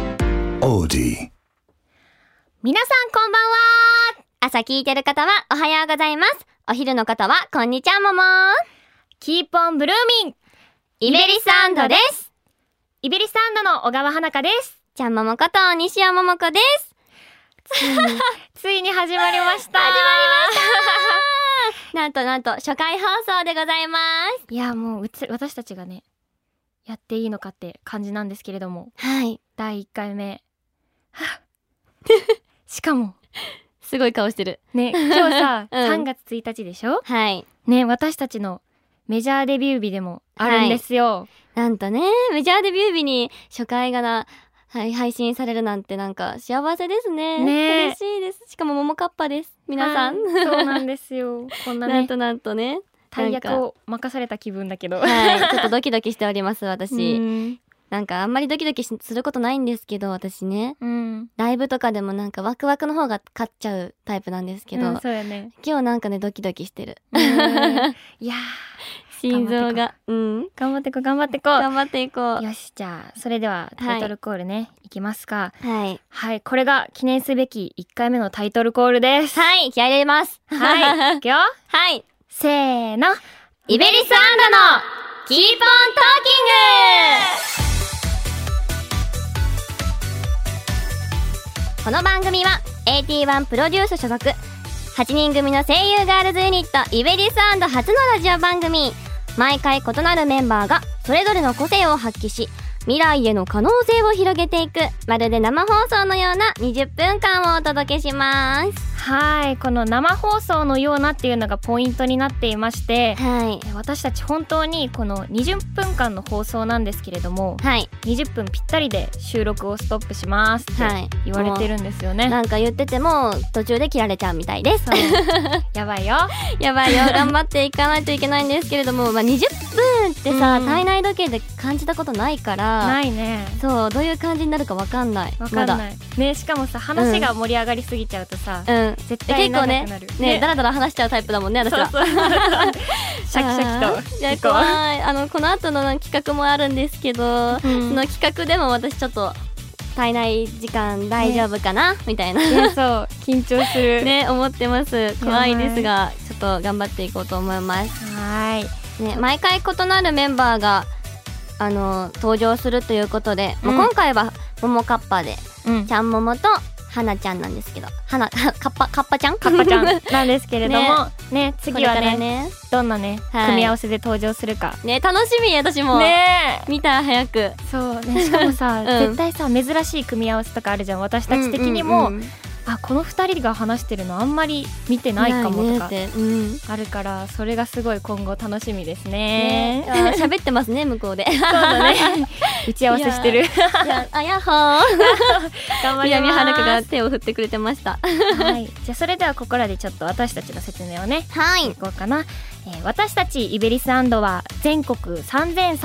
皆さんこんばんはオーディ朝聞いてる方はおはようございます。お昼の方はこんにちはももキーポンブルーミンイベリサンドですイベリスタンドの小川花香です。ちゃんももこと西尾ももこですついに始まりました。なんとなんと初回放送でございまいや、もううつ、私たちがね、やっていいのかって感じなんですけれども、すはい第1回目。はぁしかも、すごい顔してる ね、今日さ、うん3月1日でしょはいね、私たちのメジャーデビュー日でもあるんですよ。なんとねメジャーデビュー日に初回がなはい、配信されるなんてなんか幸せですねね嬉しいですしかもももかっぱです皆さん、はいそうなんですよ。こんななんね、となんとね大役を任された気分だけど。はい、 ちょっとドキドキしておりますう私、ん。なんかあんまりドキドキしすることないんですけど私ねうん。ライブとかでもなんかワクワクの方が勝っちゃうタイプなんですけど、うんそうや ね。今日なんかねドキドキしてるうんいやー、心臓頑張っがうん頑張ってこう、頑張ってこう。頑張っていこうはよしじゃあそれではタイトルコールね、い、きますかいはいこれが記念すべき1回目のタイトルコールですはい気合い入れますは いいくよはいせーのイベリスアンドのキーポントーキングこの番組は AT1 プロデュース所属8人組の声優ガールズユニットイベリスアンド初のラジオ番組毎回異なるメンバーがそれぞれの個性を発揮し未来への可能性を広げていくまるで生放送のような20分間をお届けしますはいこの生放送のようなっていうのがポイントになっていましてはいえ私たち本当にこの20分間の放送なんですけれどもはい20分ぴったりで収録をストップしますってはい言われてるんですよね、なんか言ってても途中で切られちゃうみたいですそうやばいよ やばい よ頑張っていかないといけないんですけれども、まあ、20分ってさ、うん体内時計で感じたことないからないねそうどういう感じになるかわかんないわかんまないねしかもさ話が盛り上がりすぎちゃうとさ、だうん絶え対結長構くねなるねだらだら話しちゃうタイプだもんね私はそうそうシャキシャ キといや行こう怖いあのこの後の企画もあるんですけど、うんその企画でも私ちょっと体内時間大丈夫かな、みたいなねそう緊張する、ね思ってます怖いですがちょっと頑張っていこうと思いますはーいね、毎回異なるメンバーがあの登場するということで、まあうん今回はももかっぱでうんちゃんももとはなちゃんなんですけどは なかっぱかっぱちゃんカッパちゃん こなんですけれどもね次れかはらねねどんなね、はい組み合わせで登場するかね楽しみ私も、ねえ見た早くそうねしかも さ、ん絶対さ珍しい組み合わせとかあるじゃん私たち的にも、うんうんうんあこの2人が話してるのあんまり見てないかもとかないねってうんねあるからそれがすごい今後楽しみですねあ 喋ってますね向こうでそうだね 打ち合わせしてるいや あやっほー頑張ります南原くが手を振ってくれてましたはい、じゃあそれではここらでちょっと私たちの説明をねはいいこうかな、えー私たちイベリスアンドは全国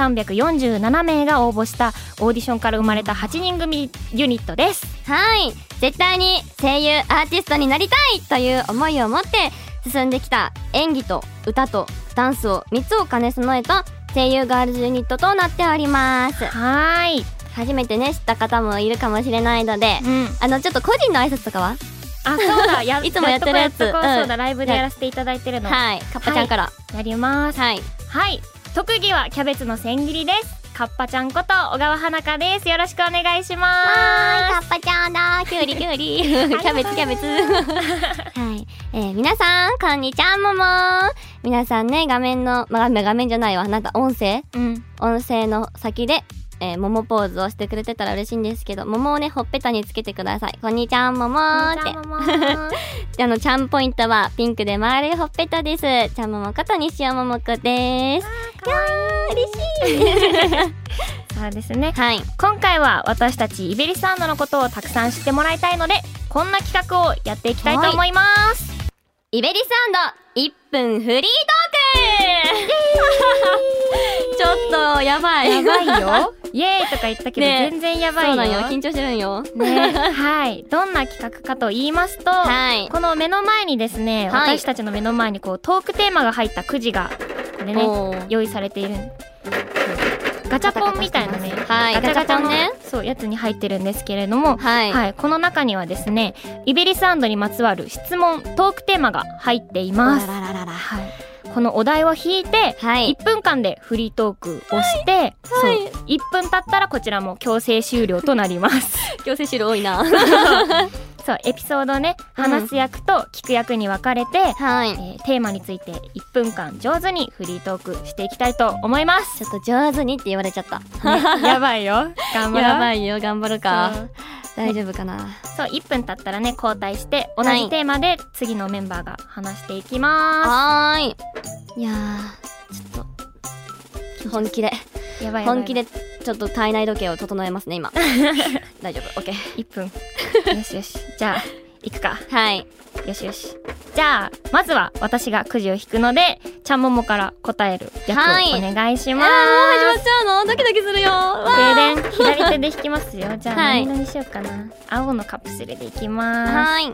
3347名が応募したオーディションから生まれた8人組ユニットですはい絶対に声優アーティストになりたいという思いを持って進んできた演技と歌とダンスを3つを兼ね備えた声優ガールズユニットとなっておりますはーい、 初めてね知った方もいるかもしれないのでうん、あのちょっと個人の挨拶とかはあそうだや いつもやってるやつっとこうっとこううんそうだライブでやらせていただいてるの、はいかっぱちゃんからやりますはい、はい特技はキャベツの千切りですかっぱちゃんこと小川花香ですよろしくお願いしますーいかっぱちゃんだきゅうりきゅうりキャベツキャベ ツはい、えー、皆さんこんにちはもも皆さんね画面の、まあ、画面じゃないわなんか音声うん音声の先で、えー、桃ポーズをしてくれてたら嬉しいんですけど桃をねほっぺたにつけてくださいこんにちは桃ってこんにち はももであのちゃんポイントはピンクで丸いほっぺたですちゃん桃こと西尾桃子ですかわいい嬉しい そうですねはい今回は私たちイベリスアンドのことをたくさん知ってもらいたいのでこんな企画をやっていきたいと思いますイベリス1分フリートークちょっとやばいやばいよイエーイとか言ったけどね全然やばいそよ,、うなんよ緊張してるんよね、はいどんな企画かと言いますと、はいこの目の前にですね、はい私たちの目の前にこうトークテーマが入ったくじがこれねおー用意されているガチャポンみたいなねはいガチャポンねそうやつに入ってるんですけれども、はい、はい、この中にはですねイベリスアンドにまつわる質問トークテーマが入っています、あららららはい、このお題を引いてはい1分間でフリートークをして、はいそう1分経ったらこちらも強制終了となります 強制資料多いなそうエピソードねうん話す役と聞く役に分かれて、はいえーテーマについて1分間上手にフリートークしていきたいと思いますちょっと上手にって言われちゃった やばいよ。頑張ろう。やばいいよ頑張るか大丈夫かなそう、1分経ったらね、交代して、同はいじテーマで次のメンバーが話していきま。はーいいやーちょっと本気ですやばいやばい。本気。でちょっと体内時計を整えますね 今大丈夫 OK 1分。 よしよし。じゃあ、行くか。はいよしよし。じゃあ、まずは私がくじを引くので、ちゃんももから答える役はいをお願いしあーます。始まっちゃうのドキドキするよわででん左手で引きますよ。じゃあ、はい何色にしようかな。青のカプセルでいきーます。はーい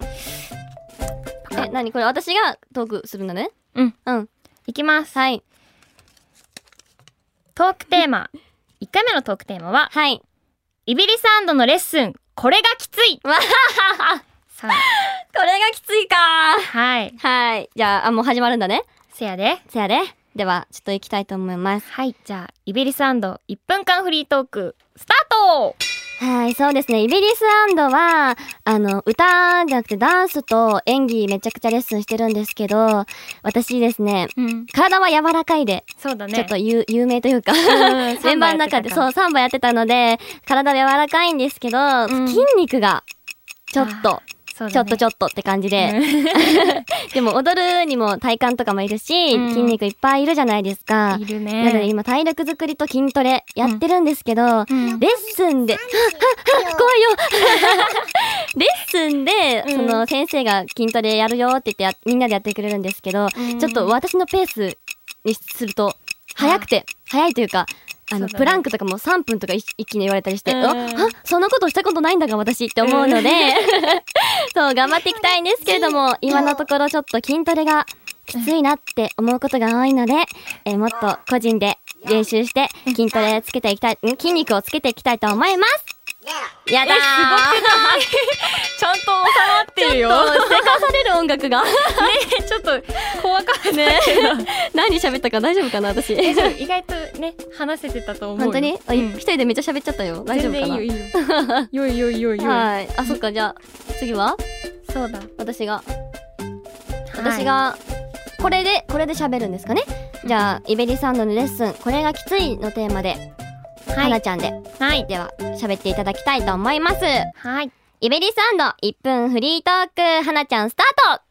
え何これ私がトークするんだねうん。うんいきます。はいトークテーマ。1回目のトークテーマは、はいイビリサンドのレッスン、これがきついわはははさあ、これがきついかはい。はいじゃああもう始まるんだねせやで。せやでではちょっと行きたいと思いますはい、じゃあ、イビリサンド1分間フリートーク、スタートはい、そうですね。イビリスアンドは、あの、歌じゃなくてダンスと演技めちゃくちゃレッスンしてるんですけど、私ですね、うん、体は柔らかいで、そうだね。ちょっ と有有名というか、 メンバーの中で、そう、サンバやってたので、体柔らかいんですけど、ん筋肉が、ちょっと、そうちょっとちょっょっとって感じで、でも踊るにも体幹とかもいるし、うん筋肉いっぱいいるじゃないですか。いるなのでね。今体力作りと筋トレやってるんですけど、うんレッスンで、はっはっは怖い よレッスンで、うんその先生が筋トレやるよって言ってやみんなでやってくれるんですけど、うんちょっと私のペースにすると、早くて、早いというか、あの、そうだねプランクとかも3分とか一一気に言われたりして、うんあ、あそのことしたことないんだが私って思うので、 そう、頑張っていきたいんですけれども、今のところちょっと筋トレがきついなって思うことが多いので、えーもっと個人で練習して、筋トレつけていきたい、ん筋肉をつけていきたいと思いますやだーえ ちゃんと収まってるよ。せかされる音楽がちょっと、怖かったね。何喋ったか大丈夫かな私。意外とね、話せてたと思うよ。本当にあいうん一人でめっちゃ喋っちゃったよ。大丈全夫か然いないよ、いいよ。よいよいよいよい。はい。あ、そっか、じゃあ、次はそうだ。私が。私が、これで、これで喋るんですかねじゃあ、イベリサンドのレッスン、これがきついのテーマで、はい、はは。ないちゃんで、はい。では、喋っていただきたいと思います。はい。イベリサンド、1分フリートーク、はなちゃんスタート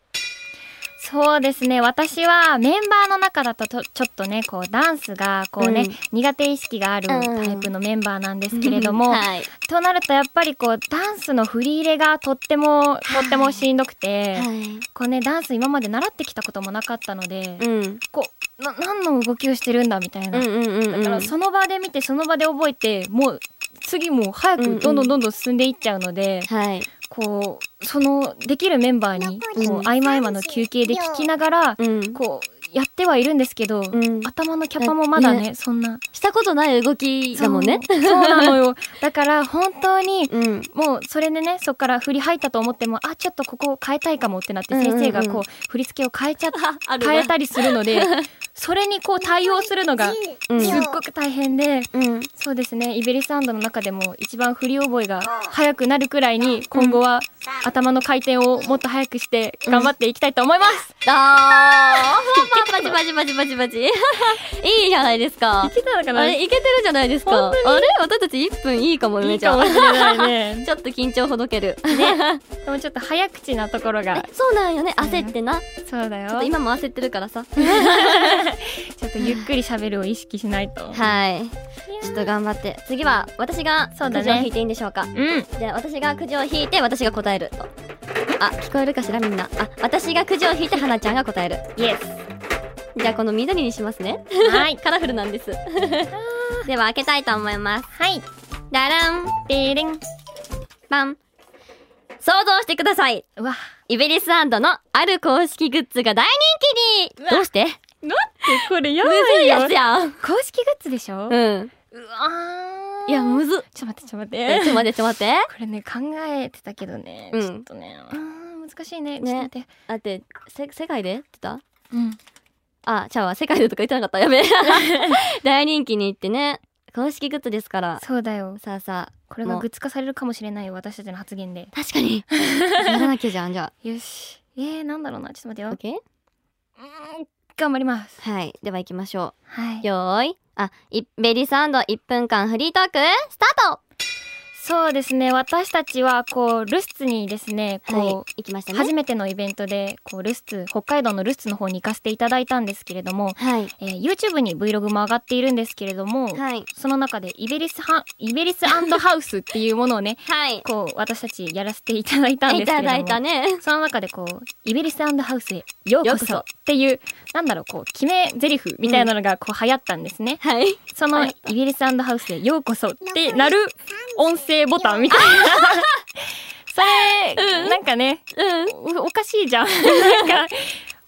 そうですね私はメンバーの中だととちょっとねこうダンスがこうね、うん苦手意識があるうタんイプのメンバーなん ですけれども、はい。となるとやっぱりこうダンスの振り入れがとってもとってもしんどくて、はい。こうねダンス今まで習ってきたこともなかったので、うん。こうな何の動きをしてるんだみたいな、うんうんうんうん。だからその場で見てその場で覚えてもう次もう早くどんどんどんどん進んでいっちゃうので、はい。こうそのできるメンバーにこううん合間合間の休憩で聞きながら、うん。こうやってはいるんですけど、うん。頭のキャパもまだねそんなしたことない動きだもんね。そうそうなのよだから本当にうん。もうそれでねそこから振り入ったと思ってもあちょっとここ変えたいかもってなってうんうんう先ん生がこう振り付けを変えちゃっあ変えたりするの でそれにこう対応するのがすうん。っごく大変でうん。そうですねイベリサウンドの中でも一番振り覚えが早くなるくらいに今後は頭の回転をもっと早くして頑張っていきたいと思います、あー、パチパチパチパチパチ。いいじゃないですかい。けたのかなあれ、いけてるじゃないですか。あ本当れ私たち1分いいかも、いめいちゃかも。しれないねちょっと緊張ほどける。でもちょっと早口なところがそうなんよね、焦ってな。そうだよちょっと今も焦ってるからさ。ちょっとゆっくり喋るを意識しないとはい。ちょっと頑張って。次は、私がそうだくねじを引いていいんでしょうか。うんで、私がくじを引いて、私が答えると。あ、聞こえるかしら、みんな。あ、私がくじを引いて、はなちゃんが答える。イエじゃあ、この緑にしますね。スはいカラフルなんです。 では、開けたいと思います。はいダランデレンバン想像してください。うわイベリスのある公式グッズが大人気うにわどうして待ってこれやむずいやつやん。公式グッズでしょ、うん。ううわーいやむずっちょっと待ってちょっと待えっちょてっと待ってちょっと待ってこれね考えてたけどね、うんちょっとねあー難しいねねちょっと待って、だってせ世界でって言ったうん、あちゃうわ世界でとか言ってなかった やべえ大人気に行ってね公式グッズですからそうだよさあさあこれがグッズ化されるかもしれないよ私たちの発言で確か にやらなきゃじゃんじゃよしえー、なんだろうなちょっと待ってあよ、 OK うーん頑張りますはいでは行きましょはういよーいあイベリス1分間フリートークスタートそうですね私たちはこうルスツにですねこう、はい行きました初ねめてのイベントでこうルスツ北海道のルスツの方に行かせていただいたんですけれども、はいえー YouTube に Vlog も上がっているんですけれども、はいその中でイベリスハイベリスハウスっていうものを ねはいこう私たちやらせていただいたんですいけれたどもだいたねその中でこうイベリスハウスへようこようこそそっていうなんだろうこう決め台詞みたいなのがこう流行ったんですね、はいそのはいイベリスハウスへようこそってなる音声ボタンみたいな それ、うんなんかねうんおおかしいじゃんなんかなんか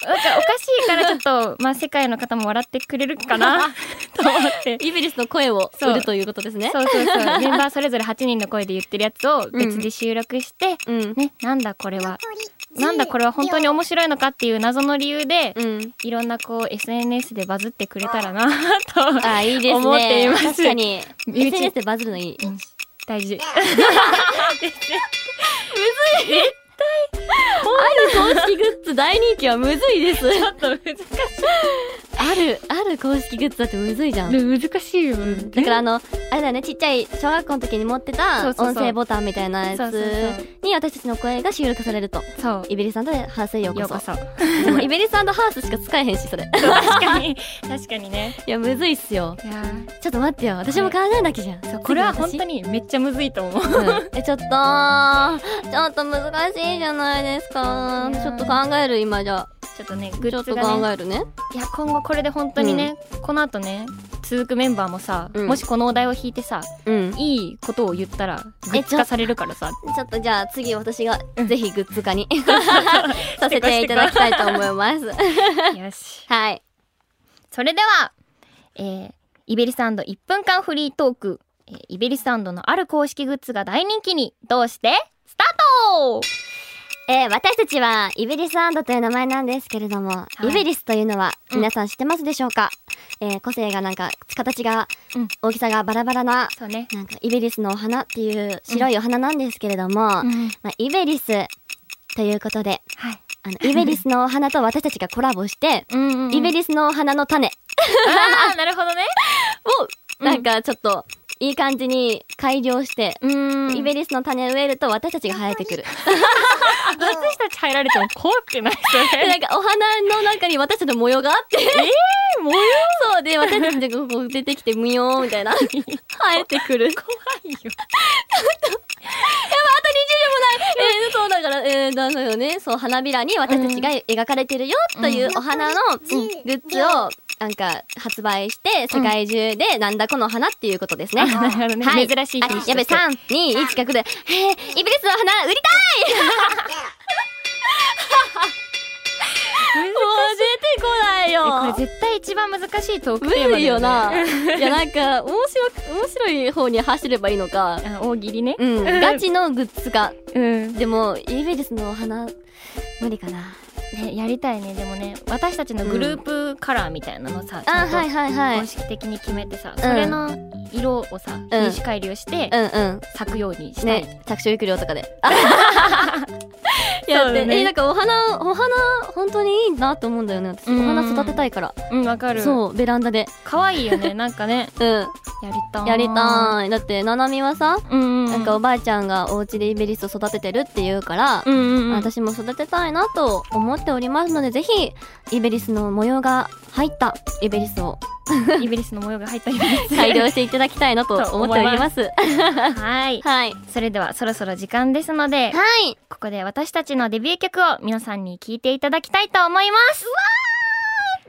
おかしいからちょっとまあ世界の方も笑ってくれるかなと思ってイベリスの声をそう売るということですねそうそうそうメンバーそれぞれ8人の声で言ってるやつを別で収録して、うんねなんだこれはななんんだだここれれはは本本当当にに面白いのかっていう謎の理由で、うんいろんなこう SNS でバズってくれたらなとあいいですね思っています確かに身内 SNS でバズるのいい大事ある公式グッズ大人気はむずいです ちょっと難しあるある公式グッズだってむずいじゃんい 難しいよだからあのあれだねちっちゃい小学校の時に持ってそたうそう音そう声ボタンみたいなやそうそうつに私たちの声が収録されるとそうイベリスでハウスへようようここそそで もイベリスハウスしか使えへんしそれ 確かに確かにねいやむずいっすよいやーちょっと待ってよ私も考えなきゃじゃんそうこれは本当ににめっちゃむずいと思うえちょっとちょっと難しいじゃないですかいやーちょっと考える今じゃあ ちょっとねグちょッっズとが考ねえるねいや今後これで本当にね、この後ね続くメンバーもさ、うんもしこのお題を引いてさうんいいことを言ったらグッズえち化ょされるからさちょっとじゃあ次私がうんぜひグッズ化に させていただきたいと思います。 よしはい。それでは、えーイベリス1分間フリートーク、えーイベリスのある公式グッズが大人気にどうしてスタートえー私たちはイベリスアンドという名前なんですけれども、いイベリスというのはうん皆さん知ってますでしょうか、えー個性がなんか形がうん大きさがバラバラな、そうね、なんかイベリスのお花っていう白いお花なんですけれども、まあ、イベリスということで、はい、あのイベリスのお花と私たちがコラボして、うんうんうんイベリスのお花の 種あーなるほどねをなんかちょっといい感じに改良して、うんイベリスの種植えると私たちが生えてくる。私たち入られても怖くないそでれなんかお花の中に私たちの模様があって、もうそうで私たちがこう出てきてみようみたいな。生えてくる。怖いよえー、そうだから、えー、だよね。そう、花びらに私たちが描かれてるよというお花のグうんッズをなんか発売して、世界中でなんだこの花 っていうことですね。なるほどね、はい珍しいあ品種やべ、として3、2、1、企画で、えー、イベリスの花売りたいもう出てこないよえこれ絶対一番難しいトーク無テーマだよ、ね、理 よな。いやなんか面白く面白い方に走ればいいのか。あ大喜利ねうん、ガチのグッズか。うんでもイベリスのお花無理かな。ね、やりたいねでもね私たちのグループカラーみたいなのさ、ちゃあんとはいはいはい。う公式的に決めてさ、それの色をさ品種改良してんうん。咲くようにしたい、ね着手育料とかで。 そうやっだて、ねえなんかお花お花本当にいいなと思うんだよね。私うんお花育てたいから。うんわかるそうベランダで。可愛いよ ねなんかねうんやりたいやりたい。だってななみはさ。いうんうんなんかおばあちゃんがお家でイベリスを育ててるっていうから、うんうんうん私も育てたいなと思っておりますのでぜひイベリスの模様が入ったイベリスをイベリスの模様が入ったイベリ ス改良していただきたいな とと思思っていおますります。はいはい。それではそろそろ時間ですのではい。ここで私たちのデビュー曲を皆さんに聴いていただきたいと思います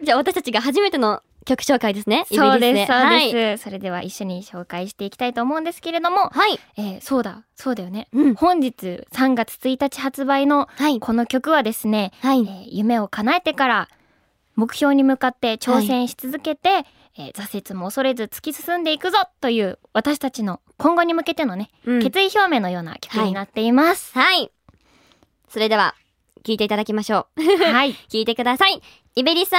じゃあ私たちが初めての曲紹介ですね。イベリスそうですそうはです、い。それでは一緒に紹介していきたいと思うんですけれどもはい。えーそうだそうだよねうん。本日3月1日発売のはい。この曲はですね、はえい。ー夢を叶えてから目標に向かって挑戦し続けて、えー挫折も恐れず突き進んでいくぞという私たちの今後に向けてのね、うん決意表明のような曲になっています。はい。それでは、聞いていただきましょう。 はい。聞いてください。イベリスで、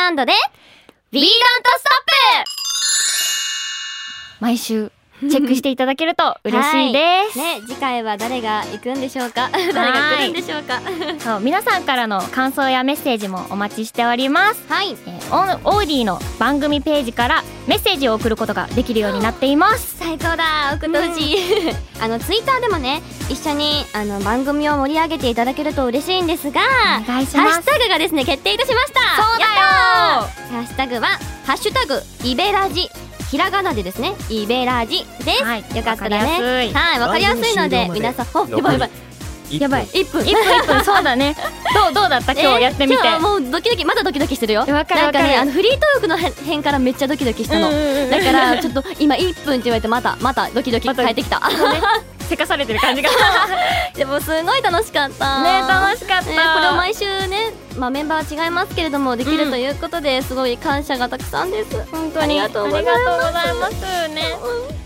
We Don't Stop! 毎週チェックしていただけると嬉しいです。ね、次回は誰が行くんでしょうか誰が来るんでしょうかそう皆さんからの感想やメッセージもお待ちしております。はい。えーオンオーディの番組ページからメッセージを送ることができるようになっています。最高だ送ってほしい、あのツイッターでもね一緒にあの番組を盛り上げていただけると嬉しいんですがお願いしハッまシュす。タグがですね決定いたしましたそうだよやったーハッシュタグは「ハッシュタグイベラジ」ひらがなでですねイベラジです、はいよかったらねわはいわかりやすいので番組終了まで皆さんおやばいやばいやばい。 1分一分一分そうだ ね。どうどうだった今日やってみて。えー今日はもうドキドキまだドキドキしてるよわかるなんかわかねるあのフリートークの辺辺からめっちゃドキドキしたの、だだかかららちょっと今1分って言われてまたまたドキドキまた変えてきたせかされてる感 じがねでもすごい楽しかった楽しかった。ねこれを毎週ね、まあ、メンバー違いますけれどもできるということで、すごい感謝がたくさんです本あ当りにがとうございますありがとうございますね。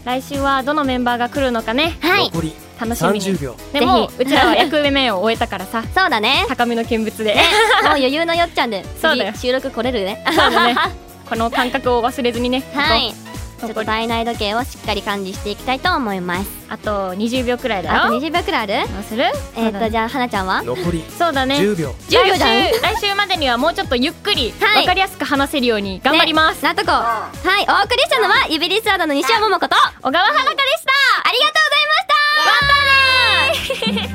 来週はどのメンバーが来るのかねはい残り楽しみに30。秒でもうちらは役目を終えたからさそうだねも高みの見物で。う余裕のよっちゃんでそうだよ次収録来れるねそうだね。この感覚を忘れずにね。はいちこょっことここ体内時計をしっかり管理していきたいと思いますあと20秒くらいだよ。あと20秒くらいあるどうする？えっ、とじゃあ花ちゃんは残りそうだね。 10秒10秒じゃん来週来週までにはもうちょっとゆっくりはいわかりやすく話せるように頑張ります。ね、なんとこはいお送りしたのはイベリスアードの西山桃子と小川花香でした。ありがとうございまし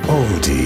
たまたね Odie.